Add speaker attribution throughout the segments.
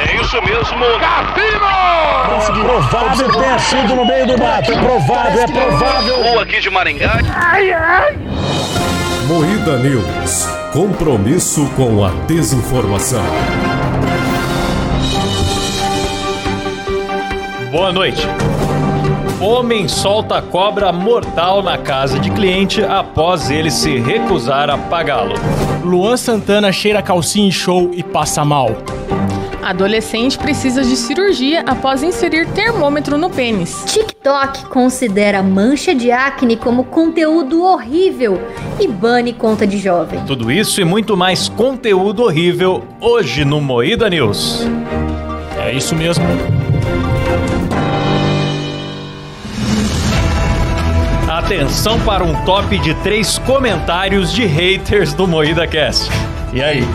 Speaker 1: É isso mesmo.
Speaker 2: Cassino! Provável ter sido no meio do mato. É provável, é provável.
Speaker 1: Ou aqui de Maringá.
Speaker 3: Moída News. Compromisso com a desinformação.
Speaker 4: Boa noite. Homem solta cobra mortal na casa de cliente após ele se recusar a pagá-lo.
Speaker 5: Luan Santana cheira calcinha em show e passa mal.
Speaker 6: Adolescente precisa de cirurgia após inserir termômetro no pênis.
Speaker 7: TikTok considera mancha de acne como conteúdo horrível e bane conta de jovem.
Speaker 4: Tudo isso e muito mais conteúdo horrível hoje no Moída News.
Speaker 5: É isso mesmo.
Speaker 4: Atenção para um top de três comentários de haters do Moída Cast. E aí?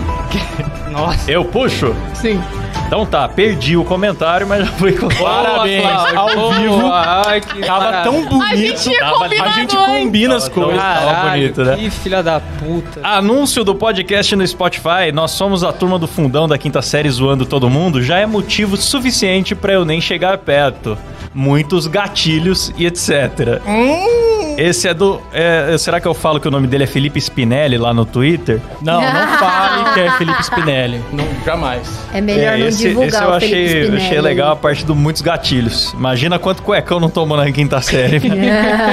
Speaker 6: Nossa.
Speaker 4: Eu puxo?
Speaker 6: Sim.
Speaker 4: Então tá, perdi o comentário, mas já fui com
Speaker 5: Parabéns. Ao vivo.
Speaker 8: Ai, que
Speaker 5: Tava tão
Speaker 6: A gente
Speaker 5: bonito.
Speaker 6: tinha
Speaker 4: tava- a
Speaker 6: combinado
Speaker 5: A gente
Speaker 6: antes.
Speaker 5: combina as
Speaker 4: Tava-
Speaker 5: coisas.
Speaker 4: tava bonito, né?
Speaker 8: Que filha da puta.
Speaker 4: Anúncio do podcast no Spotify, nós somos a turma do fundão da quinta série zoando todo mundo, já é motivo suficiente pra eu nem chegar perto. Muitos gatilhos e etc.
Speaker 5: Hum.
Speaker 4: Esse é do. é, será que eu falo que o nome dele é Felipe Spinelli lá no Twitter?
Speaker 5: Não, não fale que é Felipe Spinelli. Não, jamais.
Speaker 7: É melhor
Speaker 4: É,
Speaker 7: não
Speaker 4: esse, esse
Speaker 7: divulgar
Speaker 4: eu
Speaker 7: o Felipe
Speaker 4: achei,
Speaker 7: Spinelli.
Speaker 4: achei legal a parte do muitos gatilhos. Imagina quanto cuecão não tomou na quinta série.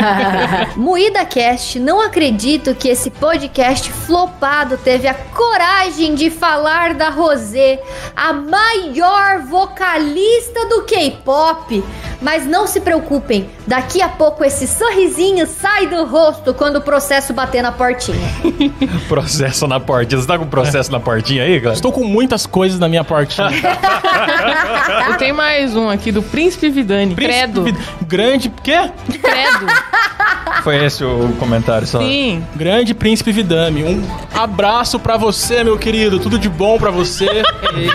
Speaker 7: Moída Cast, não acredito que esse podcast flopado teve a coragem de falar da Rosé, a maior vocalista do K-pop. Mas não se preocupem, daqui a pouco esse sorrisinho sai do rosto quando o processo bater na portinha.
Speaker 4: processo na portinha. Você tá com processo na portinha aí, cara?
Speaker 5: Estou com muitas coisas na minha portinha.
Speaker 6: E tem mais um aqui do Príncipe Vidani. Credo.
Speaker 5: Príncipe Grande, quê?
Speaker 6: Credo.
Speaker 4: Foi esse o comentário só.
Speaker 6: Sim.
Speaker 5: Grande Príncipe Vidame, um abraço pra você, meu querido. Tudo de bom pra você.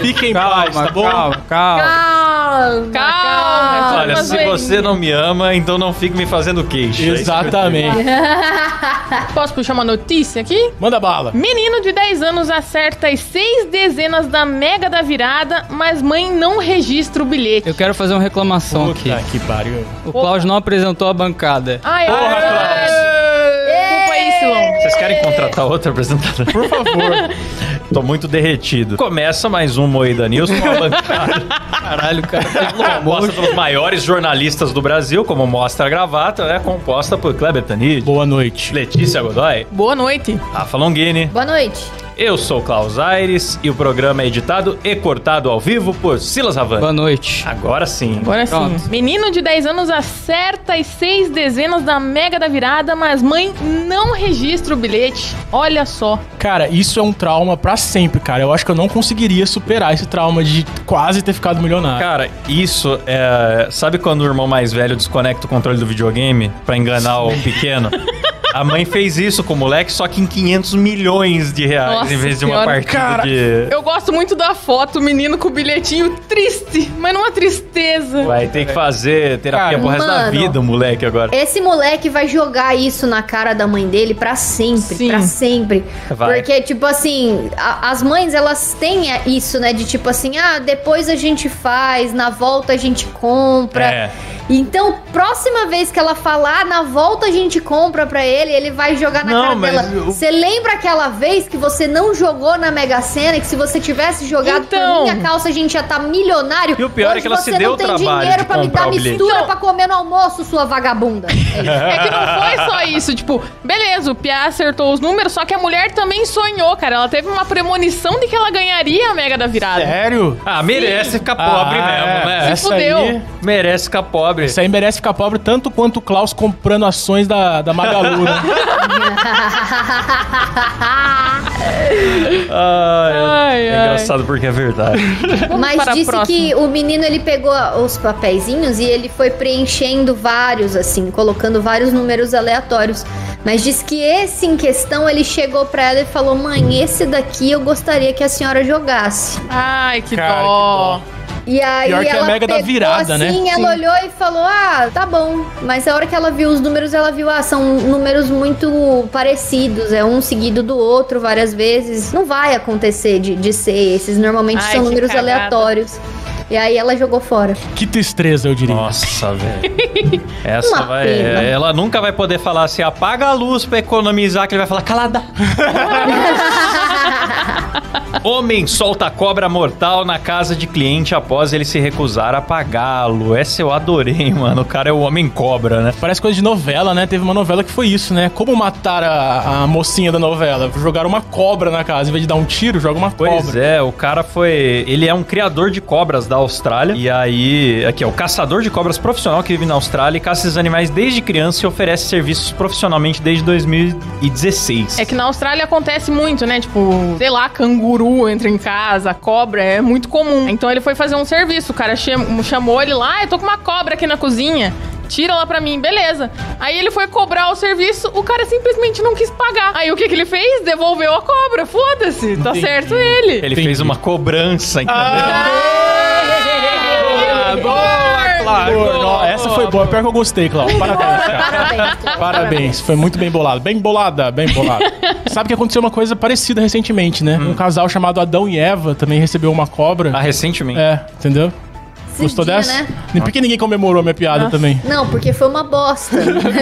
Speaker 5: Fique em paz, tá bom?
Speaker 8: calma, calma.
Speaker 7: Calma,
Speaker 6: calma.
Speaker 4: Olha,
Speaker 6: Mas
Speaker 4: se
Speaker 6: vem.
Speaker 4: você não me ama, então não fique me fazendo queixo.
Speaker 5: Exatamente.
Speaker 6: Posso puxar uma notícia aqui?
Speaker 5: Manda bala.
Speaker 6: Menino de 10 anos acerta as seis dezenas da mega da virada, mas mãe não registra o bilhete.
Speaker 8: Eu quero fazer uma reclamação aqui.
Speaker 4: Tá
Speaker 5: Puta que pariu.
Speaker 8: O Cláudio não apresentou a bancada.
Speaker 6: Ai,
Speaker 4: Porra,
Speaker 6: ai, ai.
Speaker 4: Cláudio.
Speaker 6: Desculpa aí, Silão.
Speaker 4: Vocês querem contratar outra apresentadora?
Speaker 5: Por favor.
Speaker 4: Tô muito derretido. Começa mais um Moída News com a bancada
Speaker 8: Caralho, cara. Pelo amor
Speaker 4: composta
Speaker 8: de
Speaker 4: pelos maiores jornalistas do Brasil, como mostra a gravata, é composta por Kleber Tanid,
Speaker 5: Boa noite.
Speaker 4: Letícia Godoy,
Speaker 6: Boa noite.
Speaker 4: Rafa Longini,
Speaker 7: Boa noite.
Speaker 4: eu sou Klaus Aires e o programa é editado e cortado ao vivo por Silas
Speaker 8: Boa
Speaker 4: Havana.
Speaker 8: noite.
Speaker 4: Agora sim.
Speaker 6: Agora sim.
Speaker 8: Pronto.
Speaker 6: Menino de 10 anos acerta as seis dezenas da mega da virada, mas mãe não registra o bilhete. Olha só.
Speaker 5: Cara, isso é um trauma pra sempre, cara. Eu acho que eu não conseguiria superar esse trauma de quase ter ficado milionário.
Speaker 4: Cara, isso é. Sabe quando o irmão mais velho desconecta o controle do videogame pra enganar o pequeno? A mãe fez isso com o moleque, só que em 500 milhões de reais,
Speaker 6: Nossa
Speaker 4: em vez de uma
Speaker 6: Senhora.
Speaker 4: partida
Speaker 6: Cara,
Speaker 4: de.
Speaker 6: Eu gosto muito da foto, o menino com o bilhetinho triste, mas não a tristeza.
Speaker 4: Vai ter que fazer terapia
Speaker 8: Cara,
Speaker 4: pro resto da
Speaker 7: mano.
Speaker 4: vida, o moleque, agora.
Speaker 7: Esse moleque vai jogar isso na cara da mãe dele pra sempre,
Speaker 6: Sim.
Speaker 7: pra sempre.
Speaker 4: Vai.
Speaker 7: Porque, tipo assim, a- as mães, elas têm isso, né? De tipo assim, ah, depois a gente faz, na volta a gente compra.
Speaker 4: É.
Speaker 7: Então, próxima vez que ela falar, na volta a gente compra pra ele, ele vai jogar na
Speaker 4: Não,
Speaker 7: cara
Speaker 4: mas
Speaker 7: dela.
Speaker 4: eu-
Speaker 7: Você lembra aquela vez que você não jogou na Mega Sena? Que se você tivesse jogado
Speaker 6: Então.
Speaker 7: por minha calça, a gente já tá milionário.
Speaker 4: E o pior é
Speaker 7: Hoje
Speaker 4: que ela se
Speaker 7: você
Speaker 4: deu
Speaker 7: não
Speaker 4: o
Speaker 7: tem
Speaker 4: trabalho de
Speaker 7: dinheiro pra me
Speaker 4: comprar
Speaker 7: dar
Speaker 4: o bilhete.
Speaker 7: mistura
Speaker 6: Então-
Speaker 7: pra comer no almoço, sua vagabunda. É isso.
Speaker 6: É que não foi só isso, tipo, beleza, o Pia acertou os números, só que a mulher também sonhou, cara. Ela teve uma premonição de que ela ganharia a mega da virada.
Speaker 5: Sério?
Speaker 4: Ah, merece ficar pobre mesmo,
Speaker 5: Ah, é.
Speaker 4: né?
Speaker 6: Se fudeu.
Speaker 5: aí-
Speaker 4: Merece ficar pobre.
Speaker 5: Isso aí merece ficar pobre tanto quanto o Klaus comprando ações da, da Magalu, né?
Speaker 4: Ah,
Speaker 6: Ai,
Speaker 4: é
Speaker 6: ai.
Speaker 4: engraçado porque é verdade.
Speaker 7: Mas
Speaker 6: para a
Speaker 7: disse
Speaker 6: próxima.
Speaker 7: que o menino ele pegou os papeizinhos e ele foi preenchendo vários, assim, colocando vários números aleatórios. Mas disse que esse em questão ele chegou pra ela e falou: Mãe, esse daqui eu gostaria que a senhora jogasse.
Speaker 6: Ai, que
Speaker 5: Cara, que
Speaker 6: dó.
Speaker 7: E aí
Speaker 5: Pior que a
Speaker 7: ela
Speaker 5: Mega dá
Speaker 7: pegou
Speaker 5: virada, né?
Speaker 7: assim, ela olhou e falou: Ah, tá bom. Mas a hora que ela viu os números, ela viu: Ah, são números muito parecidos. É um seguido do outro várias vezes. Não vai acontecer de, de ser esses. Normalmente
Speaker 6: Ai,
Speaker 7: são
Speaker 6: que
Speaker 7: números
Speaker 6: cagada.
Speaker 7: aleatórios. E aí ela jogou fora.
Speaker 5: Que tristeza, eu diria.
Speaker 4: Nossa, velho. Essa
Speaker 7: Uma
Speaker 4: vai. é,
Speaker 7: pena.
Speaker 4: Ela nunca vai poder falar assim, apaga a luz pra economizar, que ele vai falar, calada. Homem solta cobra mortal na casa de cliente após ele se recusar a pagá-lo. Essa eu adorei, mano. O cara é o homem cobra, né?
Speaker 5: Parece coisa de novela, né? Teve uma novela que foi isso, né? Como matar a, a mocinha da novela? Jogaram uma cobra na casa. Em vez de dar um tiro, joga uma
Speaker 4: Pois
Speaker 5: cobra.
Speaker 4: é, o cara foi. Ele é um criador de cobras da Austrália. E aí, aqui, é o caçador de cobras profissional que vive na Austrália e caça esses animais desde criança e oferece serviços profissionalmente desde 2016.
Speaker 6: É que na Austrália acontece muito, né? Tipo, sei lá, canguru entra em casa, cobra, é muito comum. Então ele foi fazer um serviço, o cara cham- chamou ele lá, "Ah, eu tô com uma cobra aqui na cozinha. Tira ela pra mim, beleza. Aí ele foi cobrar o serviço, o cara simplesmente não quis pagar. Aí o que que ele fez? Devolveu a cobra, foda-se, tá certo ele.
Speaker 4: Ele fez uma cobrança, entendeu? é.
Speaker 6: Ah,
Speaker 5: Boa, Cláudio! Não, essa foi boa. Pior que eu gostei, Cláudio. Parabéns, cara.
Speaker 7: Parabéns. Cláudio,
Speaker 5: Parabéns, foi muito bem bolado. Bem bolada, bem bolada. Sabe que aconteceu uma coisa parecida recentemente, né? Um casal chamado Adão e Eva também recebeu uma cobra.
Speaker 4: Hum. Ah, recentemente.
Speaker 5: É, entendeu?
Speaker 7: Esse
Speaker 5: Gostou
Speaker 7: dia,
Speaker 5: dessa?
Speaker 7: né?
Speaker 5: Nem Por que ninguém comemorou a minha piada também?
Speaker 7: Não, porque foi uma bosta.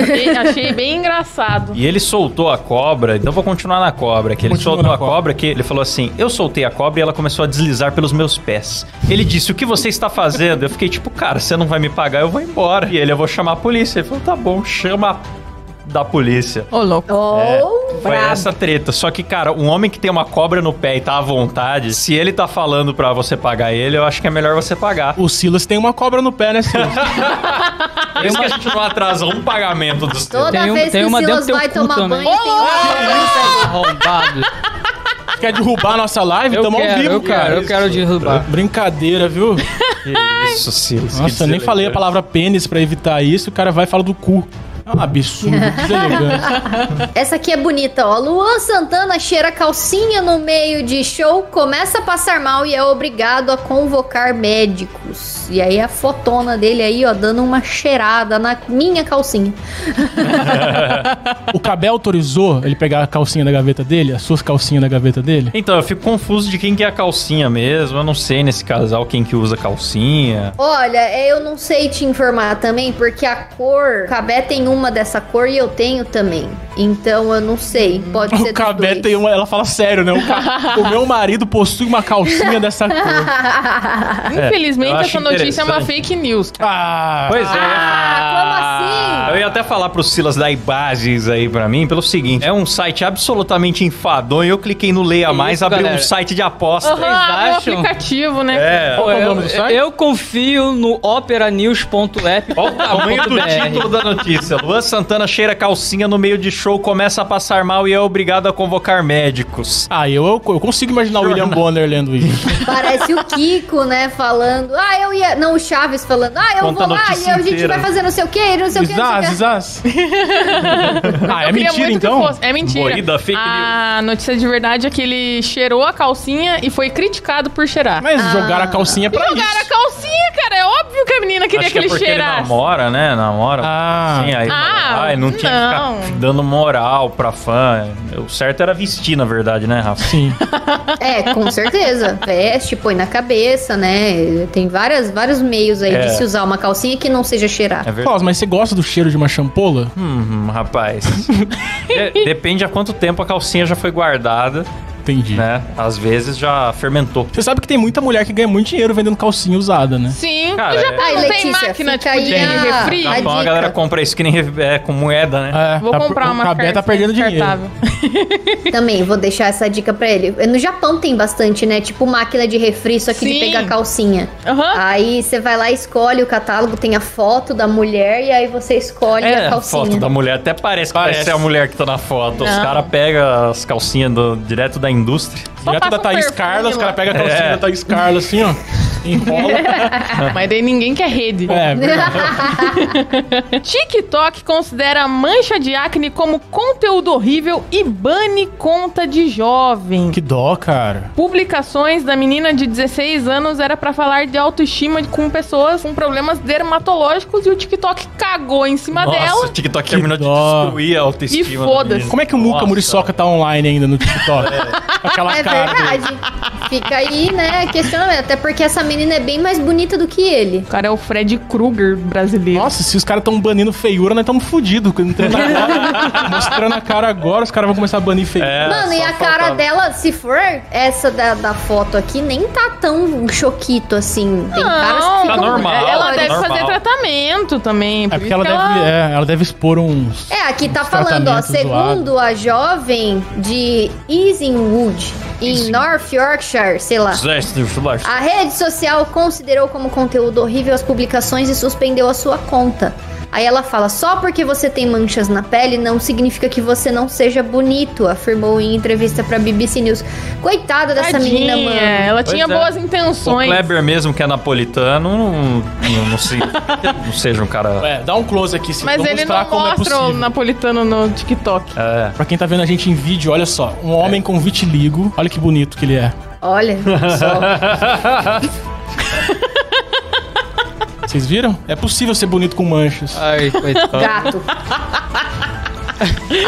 Speaker 6: Achei- Achei bem engraçado.
Speaker 4: E ele soltou a cobra, então vou continuar na cobra, que ele
Speaker 5: Continua
Speaker 4: soltou
Speaker 5: na
Speaker 4: a cobra. que ele falou assim: "Eu soltei a cobra e ela começou a deslizar pelos meus pés". Ele disse: "O que você está fazendo?". Eu fiquei tipo: "Cara, você não vai me pagar, eu vou embora". E ele: "Eu vou chamar a polícia". Ele falou: "Tá bom, chama a da polícia".
Speaker 6: Ô, louco.
Speaker 7: Oh,
Speaker 4: Foi essa treta. Só que, cara, um homem que tem uma cobra no pé e tá à vontade, se ele tá falando pra você pagar ele, eu acho que é melhor você pagar.
Speaker 5: O Silas tem uma cobra no pé, né, Silas?
Speaker 7: É
Speaker 4: Por isso que a gente não atrasa um pagamento dos
Speaker 7: Toda
Speaker 8: Tem um-
Speaker 7: vez
Speaker 8: tem
Speaker 7: que o
Speaker 8: uma
Speaker 7: Silas
Speaker 8: dentro do
Speaker 7: vai
Speaker 8: cu
Speaker 7: tomar
Speaker 8: também.
Speaker 7: banho, tem uma
Speaker 8: Arrombado.
Speaker 5: Quer derrubar a nossa live?
Speaker 8: Eu
Speaker 5: Tamo ao
Speaker 8: quero,
Speaker 5: vivo,
Speaker 8: eu quero, eu quero derrubar.
Speaker 5: Brincadeira, viu?
Speaker 4: Isso, Silas. que
Speaker 5: Nossa, eu
Speaker 4: deselegante.
Speaker 5: nem
Speaker 8: né?
Speaker 5: falei a palavra pênis pra evitar isso. O cara vai e fala do cu. É um absurdo, deselegante.
Speaker 7: Essa aqui é bonita, ó. Luan Santana cheira calcinha no meio de show, começa a passar mal e é obrigado a convocar médicos. E aí a fotona dele aí, ó, dando uma cheirada na minha calcinha.
Speaker 5: O Cabel autorizou ele pegar a calcinha da gaveta dele, as suas calcinhas da gaveta dele?
Speaker 4: Então, eu fico confuso de quem que é a calcinha mesmo. Eu não sei nesse casal quem que usa calcinha.
Speaker 7: Olha, eu não sei te informar também, porque a cor. Cabé tem uma dessa cor e eu tenho também. Então eu não sei. Pode ser.
Speaker 5: O Cabé tem um. uma. Ela fala sério, né? O, ca- o meu marido possui uma calcinha dessa cor.
Speaker 4: eu
Speaker 6: Infelizmente,
Speaker 4: É. acho
Speaker 6: essa notícia é uma
Speaker 4: interessante.
Speaker 6: fake news. cara.
Speaker 5: Ah!
Speaker 4: Pois é.
Speaker 7: Ah, como assim?
Speaker 4: Eu ia até falar pro Silas dar bases aí pra mim, pelo seguinte: é um site absolutamente enfadonho. Eu cliquei no Leia Mais,
Speaker 8: isso,
Speaker 4: abriu
Speaker 8: galera?
Speaker 4: um site de aposta.
Speaker 6: Aham, abre o
Speaker 8: acham?
Speaker 6: aplicativo, né?
Speaker 4: É.
Speaker 8: Pô,
Speaker 5: Qual que é o
Speaker 8: eu,
Speaker 5: nome do site?
Speaker 8: eu confio no operanews.app.
Speaker 4: Olha o tamanho do título da notícia. Luan Santana cheira calcinha no meio de show, começa a passar mal e é obrigado a convocar médicos.
Speaker 5: Ah, eu, eu, eu consigo imaginar o William Bonner lendo isso.
Speaker 7: Parece o Kiko, né? Falando. Ah, eu ia. Não, o Chaves falando. Ah, eu
Speaker 4: Conta a
Speaker 7: vou lá e
Speaker 4: notícia
Speaker 7: a gente
Speaker 4: inteira.
Speaker 7: vai fazer não sei o quê, não sei o quê, não
Speaker 5: Zaz,
Speaker 7: sei o quê.
Speaker 5: zaz. ah, é
Speaker 6: Eu queria
Speaker 5: mentira
Speaker 6: muito que
Speaker 5: então?
Speaker 6: fosse. É mentira.
Speaker 4: Moída, fake
Speaker 6: a notícia de verdade é que ele cheirou a calcinha e foi criticado por cheirar.
Speaker 5: Mas jogaram a calcinha é pra
Speaker 6: Jogaram Ah. a
Speaker 5: isso.
Speaker 6: calcinha, cara. É óbvio que a menina queria
Speaker 4: Acho
Speaker 6: que
Speaker 4: que é
Speaker 6: ele
Speaker 4: porque ele
Speaker 6: cheirasse.
Speaker 4: namora, né? Namora.
Speaker 5: Ah.
Speaker 4: Sim, aí,
Speaker 6: Ah,
Speaker 4: ai, não tinha
Speaker 6: não.
Speaker 4: que ficar dando moral pra fã. O certo era vestir, na verdade, né, Rafa?
Speaker 5: Sim.
Speaker 7: É, com certeza. Veste, põe na cabeça, né? Tem várias, vários meios aí
Speaker 4: É.
Speaker 7: de se usar uma calcinha que não seja cheirar.
Speaker 4: É verdade.
Speaker 5: Klaus, mas você gosta do cheiro de uma champola?
Speaker 4: Hum, rapaz. De- Depende há quanto tempo a calcinha já foi guardada,
Speaker 5: Entendi.
Speaker 4: né? Às vezes já fermentou.
Speaker 5: Você sabe que tem muita mulher que ganha muito dinheiro vendendo calcinha usada, né?
Speaker 6: Sim,
Speaker 4: Cara,
Speaker 6: o
Speaker 4: é-
Speaker 6: Japão
Speaker 7: Ai,
Speaker 6: não tem
Speaker 7: Letícia,
Speaker 6: máquina
Speaker 7: fica
Speaker 6: tipo,
Speaker 7: aí né?
Speaker 6: de
Speaker 7: a-
Speaker 6: refri.
Speaker 7: a-
Speaker 4: Então a
Speaker 7: dica.
Speaker 4: galera compra isso que nem re- é, com moeda, né?
Speaker 5: É,
Speaker 6: Vou
Speaker 5: tá-
Speaker 6: comprar uma
Speaker 5: O Cabé tá
Speaker 6: cartinha
Speaker 5: perdendo dinheiro.
Speaker 6: descartável.
Speaker 4: É.
Speaker 7: Também vou deixar essa dica pra ele. No Japão tem bastante, né? Tipo máquina de refri, só que
Speaker 6: Sim.
Speaker 7: de pegar calcinha.
Speaker 5: Ah,
Speaker 6: Aham.
Speaker 7: Aí você vai lá, escolhe o catálogo, tem a foto da mulher e aí você escolhe
Speaker 4: É,
Speaker 7: a
Speaker 4: a
Speaker 7: calcinha.
Speaker 4: foto da mulher até parece,
Speaker 5: Parece.
Speaker 4: parece a mulher que tá na foto. Os
Speaker 6: Não.
Speaker 4: caras pegam as calcinhas do- direto da indústria.
Speaker 6: Só
Speaker 5: Direto
Speaker 6: passa
Speaker 5: da
Speaker 6: um
Speaker 5: Thaís
Speaker 6: perfume
Speaker 5: Carla, os
Speaker 6: lá.
Speaker 5: caras pegam a calcinha
Speaker 4: É.
Speaker 5: da Thaís Carla assim, ó. Enrola.
Speaker 6: Ah, Mas daí ninguém quer rede.
Speaker 5: É, verdade.
Speaker 6: TikTok considera mancha de acne como conteúdo horrível e bane conta de jovem.
Speaker 5: que dó, cara.
Speaker 6: Publicações da menina de 16 anos era pra falar de autoestima com pessoas com problemas dermatológicos e o TikTok cagou em cima
Speaker 4: Nossa,
Speaker 6: dela.
Speaker 4: o TikTok terminou de
Speaker 5: dó.
Speaker 4: destruir a autoestima.
Speaker 6: é E
Speaker 4: da
Speaker 6: foda-se.
Speaker 4: menina.
Speaker 5: Como é que o Muca
Speaker 4: Nossa.
Speaker 5: Muriçoca tá online ainda no TikTok? Aquela
Speaker 7: É
Speaker 5: cara. dele.
Speaker 7: verdade. Fica aí, né, questionamento. Até porque essa menina é bem mais bonita do que ele.
Speaker 6: O cara é o Fred Krueger brasileiro.
Speaker 5: Nossa, se os caras estão banindo feiura, nós estamos fodidos. Mostrando a cara agora, os caras vão começar a banir feiura.
Speaker 4: É,
Speaker 7: Mano, e
Speaker 4: só
Speaker 7: a cara
Speaker 4: faltava.
Speaker 7: dela, se for essa da, da foto aqui, nem tá tão choquito assim. Tem caras que
Speaker 6: Não,
Speaker 7: ficam
Speaker 4: Tá normal,
Speaker 6: Ela
Speaker 4: tá
Speaker 6: deve
Speaker 4: normal.
Speaker 6: fazer tratamento também.
Speaker 5: É
Speaker 6: por
Speaker 5: porque
Speaker 6: isso
Speaker 5: ela
Speaker 6: que
Speaker 5: deve, é, ela deve expor uns.
Speaker 7: Então É, aqui tá
Speaker 5: uns
Speaker 7: falando, ó,
Speaker 5: tratamentos
Speaker 7: segundo a jovem de Easingwood, em North Yorkshire, sei
Speaker 5: tá-
Speaker 7: lá. A rede social considerou como conteúdo horrível as publicações e suspendeu a sua conta. Aí ela fala: só porque você tem manchas na pele não significa que você não seja bonito, afirmou em entrevista pra BBC News. Coitada dessa menina,
Speaker 6: Tadinha,
Speaker 7: mano.
Speaker 6: Ela
Speaker 4: Pois
Speaker 6: tinha
Speaker 4: é.
Speaker 6: boas
Speaker 4: O
Speaker 6: intenções.
Speaker 4: Kleber mesmo, que é napolitano, não, não, não se- não seja um cara...
Speaker 5: É, dá um close aqui, sim.
Speaker 6: Mas
Speaker 5: pra
Speaker 6: ele
Speaker 5: mostrar
Speaker 6: não
Speaker 5: como é
Speaker 6: mostra o
Speaker 5: possível.
Speaker 6: napolitano no TikTok.
Speaker 4: É,
Speaker 5: Pra quem tá vendo a gente em vídeo, olha só. Um homem com vitiligo. Olha que bonito que ele é.
Speaker 7: Olha, só.
Speaker 5: Vocês viram? É possível ser bonito com manchas.
Speaker 8: Ai, coitado.
Speaker 7: Gato.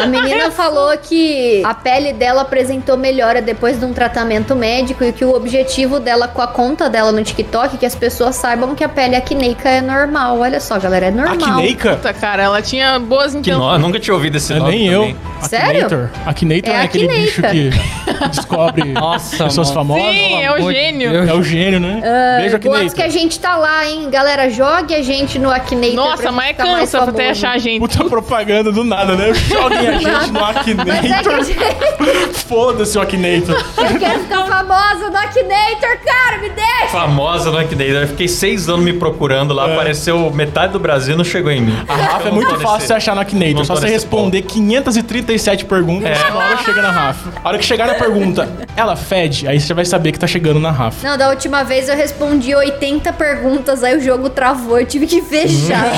Speaker 7: A menina falou que a pele dela apresentou melhora depois de um tratamento médico e que o objetivo dela com a conta dela no TikTok é que as pessoas saibam que a pele acneica é normal. Olha só, galera, é normal.
Speaker 5: Acneica?
Speaker 6: Puta, cara, ela tinha boas
Speaker 4: que
Speaker 6: intenções.
Speaker 4: nó, nunca tinha ouvido esse
Speaker 5: É,
Speaker 4: nome
Speaker 5: nem eu.
Speaker 4: também.
Speaker 7: Sério?
Speaker 5: Akinator. Akinator
Speaker 7: É
Speaker 5: é, aquele bicho
Speaker 7: Akinator.
Speaker 5: que que descobre
Speaker 8: Nossa,
Speaker 5: pessoas
Speaker 8: mano.
Speaker 5: famosas.
Speaker 6: Sim, é
Speaker 8: Pelo
Speaker 6: o
Speaker 8: amor de
Speaker 6: gênio.
Speaker 8: Deus.
Speaker 5: É o gênio, né? Beijo,
Speaker 7: Boatos Ah, que É, a
Speaker 5: Akinator.
Speaker 7: gente tá lá, hein? Galera, jogue a gente no Akinator. pra
Speaker 6: Nossa,
Speaker 7: gente
Speaker 6: mas é
Speaker 7: ficar mais
Speaker 6: cansa pra até
Speaker 7: famoso.
Speaker 6: achar a gente.
Speaker 5: Puta propaganda do nada, né? Joguem a gente no
Speaker 7: Mas é que a
Speaker 5: Akinator.
Speaker 7: gente...
Speaker 5: Foda-se o Akinator.
Speaker 7: eu quero ficar famosa no Akinator, cara, me deixa!
Speaker 4: Famosa no Akinator. Eu fiquei seis anos me procurando lá, apareceu metade do Brasil e não chegou em mim.
Speaker 5: É.
Speaker 4: Então,
Speaker 5: A Rafa é
Speaker 4: Eu
Speaker 5: muito
Speaker 4: não tô
Speaker 5: fácil
Speaker 4: nesse-
Speaker 5: você achar no Akinator.
Speaker 4: não
Speaker 5: Só
Speaker 4: tô
Speaker 5: você
Speaker 4: nesse
Speaker 5: responder 537 perguntas,
Speaker 4: É.
Speaker 5: uma hora chega na Rafa. A hora que chegar na pergunta, ela fede, aí você já vai saber que tá chegando na Rafa.
Speaker 7: Não, da última vez eu respondi 80 perguntas, aí o jogo travou, eu tive que fechar.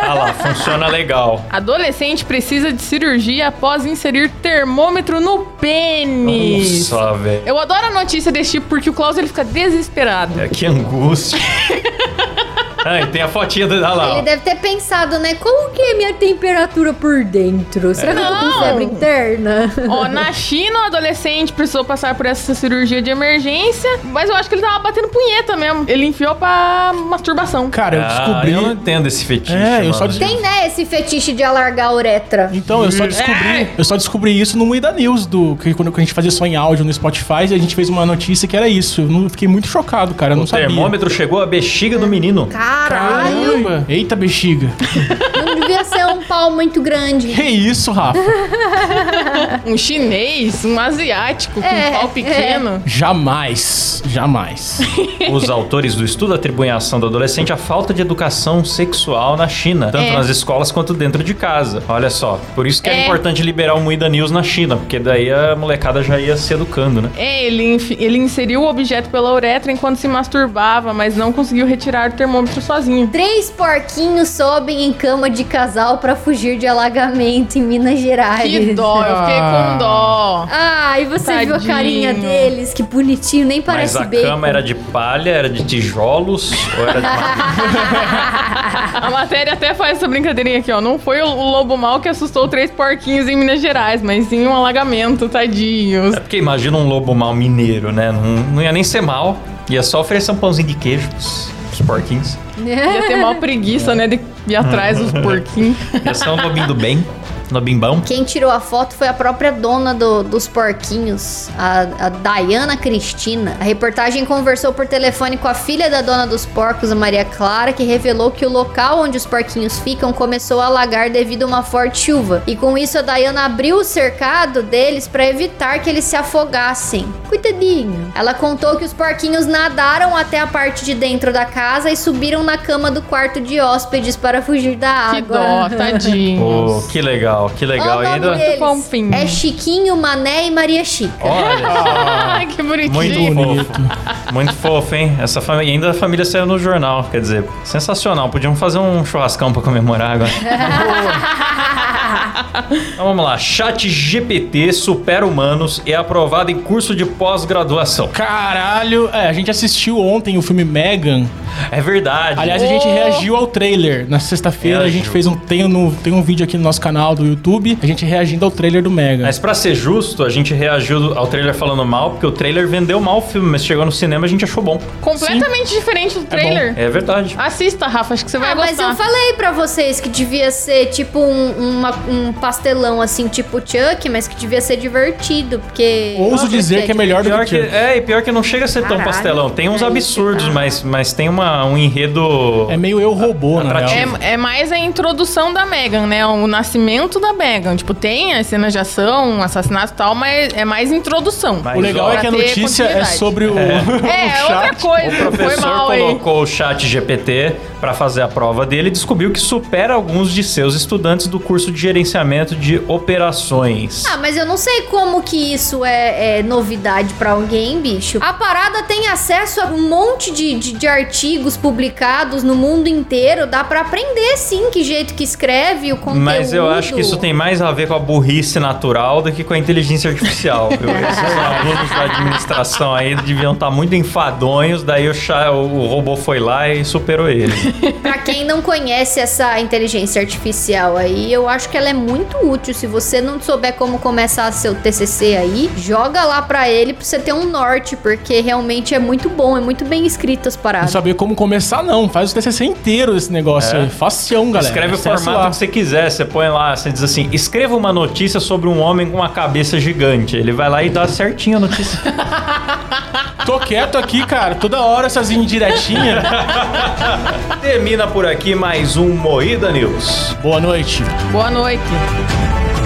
Speaker 4: Ah lá, funciona legal.
Speaker 6: Adolescente precisa de cirurgia após inserir termômetro no pênis.
Speaker 4: Nossa, velho.
Speaker 6: Eu adoro a notícia desse tipo porque o Klaus ele fica desesperado.
Speaker 4: É, que angústia. ah, e tem a fotinha do. Ah lá.
Speaker 7: Ele
Speaker 4: ó.
Speaker 7: deve ter pensado, né? Como que é minha temperatura por dentro? Será que eu tô com
Speaker 6: Não.
Speaker 7: febre interna?
Speaker 6: Ó, na China, o adolescente precisou passar por essa cirurgia de emergência, mas eu acho que ele tava batendo punheta mesmo. Ele enfiou pra masturbação.
Speaker 5: Cara, eu
Speaker 4: Ah,
Speaker 5: descobri.
Speaker 4: eu não entendo esse fetiche.
Speaker 5: É, eu só
Speaker 4: mano.
Speaker 5: descobri.
Speaker 7: Tem, né, esse fetiche de alargar a uretra.
Speaker 5: Então, eu só descobri, eu só descobri isso no Muida News, do, que quando a gente fazia só em áudio no Spotify, a gente fez uma notícia que era isso. Eu não- fiquei muito chocado, cara. Eu não
Speaker 4: O
Speaker 5: sabia.
Speaker 4: termômetro chegou à bexiga do menino.
Speaker 7: Caralho,
Speaker 5: Caramba! Eita bexiga!
Speaker 7: não devia ser um pau muito grande.
Speaker 5: Que isso, Rafa?
Speaker 6: Um chinês, um asiático
Speaker 7: É,
Speaker 6: com um pau pequeno.
Speaker 5: Jamais! Jamais!
Speaker 4: Os autores do estudo atribuem à ação do adolescente a falta de educação sexual na China, tanto
Speaker 6: É.
Speaker 4: nas escolas quanto dentro de casa. Olha só, por isso que é,
Speaker 6: É.
Speaker 4: importante liberar o Muida News na China, porque daí a molecada já ia se educando, né?
Speaker 6: É, ele, enfi- ele inseriu o objeto pela uretra enquanto se masturbava, mas não conseguiu retirar o termômetro sozinho.
Speaker 7: Três porquinhos sobem em cama de casal pra fugir de alagamento em Minas Gerais.
Speaker 6: Que dó, eu fiquei com dó.
Speaker 7: Ah, e você viu a
Speaker 6: Tadinho.
Speaker 7: carinha deles? Que bonitinho, nem parece
Speaker 4: Mas a
Speaker 7: bem.
Speaker 4: cama é era de palha, era de tijolos, ou era de madeira?
Speaker 6: A matéria até faz essa brincadeirinha aqui, ó. Não foi o o lobo mal que assustou três porquinhos em Minas Gerais, mas sim um alagamento, tadinhos.
Speaker 4: É porque imagina um lobo mal mineiro, né? Não, não ia nem ser mal, ia só oferecer um pãozinho de queijo pros, pros porquinhos.
Speaker 6: Ia ter mal preguiça, né, de ir atrás
Speaker 5: Uhum.
Speaker 6: dos porquinhos.
Speaker 4: Ia ser um lobinho do bem, lobinho bom.
Speaker 7: Quem tirou a foto foi a própria dona do- dos porquinhos, a, a Diana Cristina. A reportagem conversou por telefone com a filha da dona dos porcos, a Maria Clara, que revelou que o local onde os porquinhos ficam começou a alagar devido a uma forte chuva. E com isso a Diana abriu o cercado deles para evitar que eles se afogassem. Coitadinho. Ela contou que os porquinhos nadaram até a parte de dentro da casa e subiram na cama do quarto de hóspedes para fugir da água.
Speaker 6: Que dó,
Speaker 7: né?
Speaker 4: Oh,
Speaker 6: tadinhos.
Speaker 4: que legal, que legal.
Speaker 7: Olha o
Speaker 4: ainda.
Speaker 7: nome deles.
Speaker 6: fofinho.
Speaker 7: É Chiquinho, Mané e Maria Chica.
Speaker 4: Olha,
Speaker 6: Ah, que
Speaker 4: muito
Speaker 6: bonitinho.
Speaker 4: fofo. Muito fofo, hein? Essa família, ainda a família saiu no jornal, quer dizer, sensacional. Podíamos fazer um churrascão pra comemorar agora. Então vamos lá. Chat GPT Super Humanos é aprovado em curso de pós-graduação.
Speaker 5: Caralho, é, a gente assistiu ontem o filme Megan.
Speaker 4: É verdade.
Speaker 5: Aliás, a gente
Speaker 6: Oh.
Speaker 5: reagiu ao trailer. Na sexta-feira a gente
Speaker 4: Reagiu.
Speaker 5: fez um tem, no, tem um vídeo aqui no nosso canal do YouTube, a gente reagindo ao trailer do Megan.
Speaker 4: Mas pra ser justo, a gente reagiu ao trailer falando mal, porque o trailer vendeu mal o filme, mas chegou no cinema a gente achou bom.
Speaker 6: Completamente diferente do trailer.
Speaker 4: É verdade.
Speaker 6: Assista, Rafa, acho que você vai
Speaker 7: Ah, mas
Speaker 6: gostar.
Speaker 7: eu falei pra vocês que devia ser tipo um, uma- um pastelão assim, tipo Chuck, mas que devia ser divertido, porque.
Speaker 5: Ouso
Speaker 7: Nossa,
Speaker 5: dizer que é melhor do
Speaker 4: Pior
Speaker 5: que,
Speaker 4: que,
Speaker 5: Chuck.
Speaker 4: é, e pior que não chega a ser tão
Speaker 7: Caralho,
Speaker 4: pastelão. Tem uns
Speaker 7: aí que
Speaker 4: absurdos,
Speaker 7: tá.
Speaker 4: mas, mas tem uma, um enredo.
Speaker 5: É meio eu robô, na
Speaker 4: Atrativo.
Speaker 5: real.
Speaker 6: É, é mais a introdução da Megan, né? O nascimento da Megan. Tipo, tem as cenas de ação, assassinato e tal, mas é mais introdução.
Speaker 4: Mas,
Speaker 5: O legal
Speaker 4: ó,
Speaker 5: é que a
Speaker 6: Pra ter
Speaker 5: notícia é
Speaker 6: continuidade.
Speaker 5: sobre o, o
Speaker 6: É, é outra
Speaker 5: chat.
Speaker 4: O
Speaker 6: coisa. Foi
Speaker 4: professor
Speaker 6: mal aí.
Speaker 4: colocou o chat GPT para fazer a prova dele e descobriu que supera alguns de seus estudantes do curso de gerenciamento de operações.
Speaker 7: Ah, mas eu não sei como que isso é, é novidade pra alguém, bicho. A parada tem acesso a um monte de, de, de artigos publicados no mundo inteiro. Dá pra aprender, sim, que jeito que escreve, o conteúdo.
Speaker 4: Mas eu acho que isso tem mais a ver com a burrice natural do que com a inteligência artificial. viu? Esses alunos da administração aí deviam estar muito enfadonhos, daí o, chá- o robô foi lá e superou ele.
Speaker 7: Pra quem não conhece essa inteligência artificial aí, eu acho que ela é muito útil. Se você não souber como começar seu TCC aí, joga lá pra ele pra você ter um norte, porque realmente é muito bom, é muito bem escrito as
Speaker 5: Não
Speaker 4: É.
Speaker 7: paradas.
Speaker 5: saber como começar, não. Faz o TCC inteiro desse negócio aí. Facião, galera.
Speaker 4: Escreve o
Speaker 5: Acessa
Speaker 4: formato
Speaker 5: lá.
Speaker 4: que você quiser. Você põe lá, você diz assim: escreva uma notícia sobre um homem com uma cabeça gigante. Ele vai lá e dá certinho a notícia.
Speaker 5: Tô quieto aqui, cara. Toda hora essas indiretinhas.
Speaker 4: Termina por aqui mais um Moída News.
Speaker 5: Boa noite.
Speaker 6: Boa noite.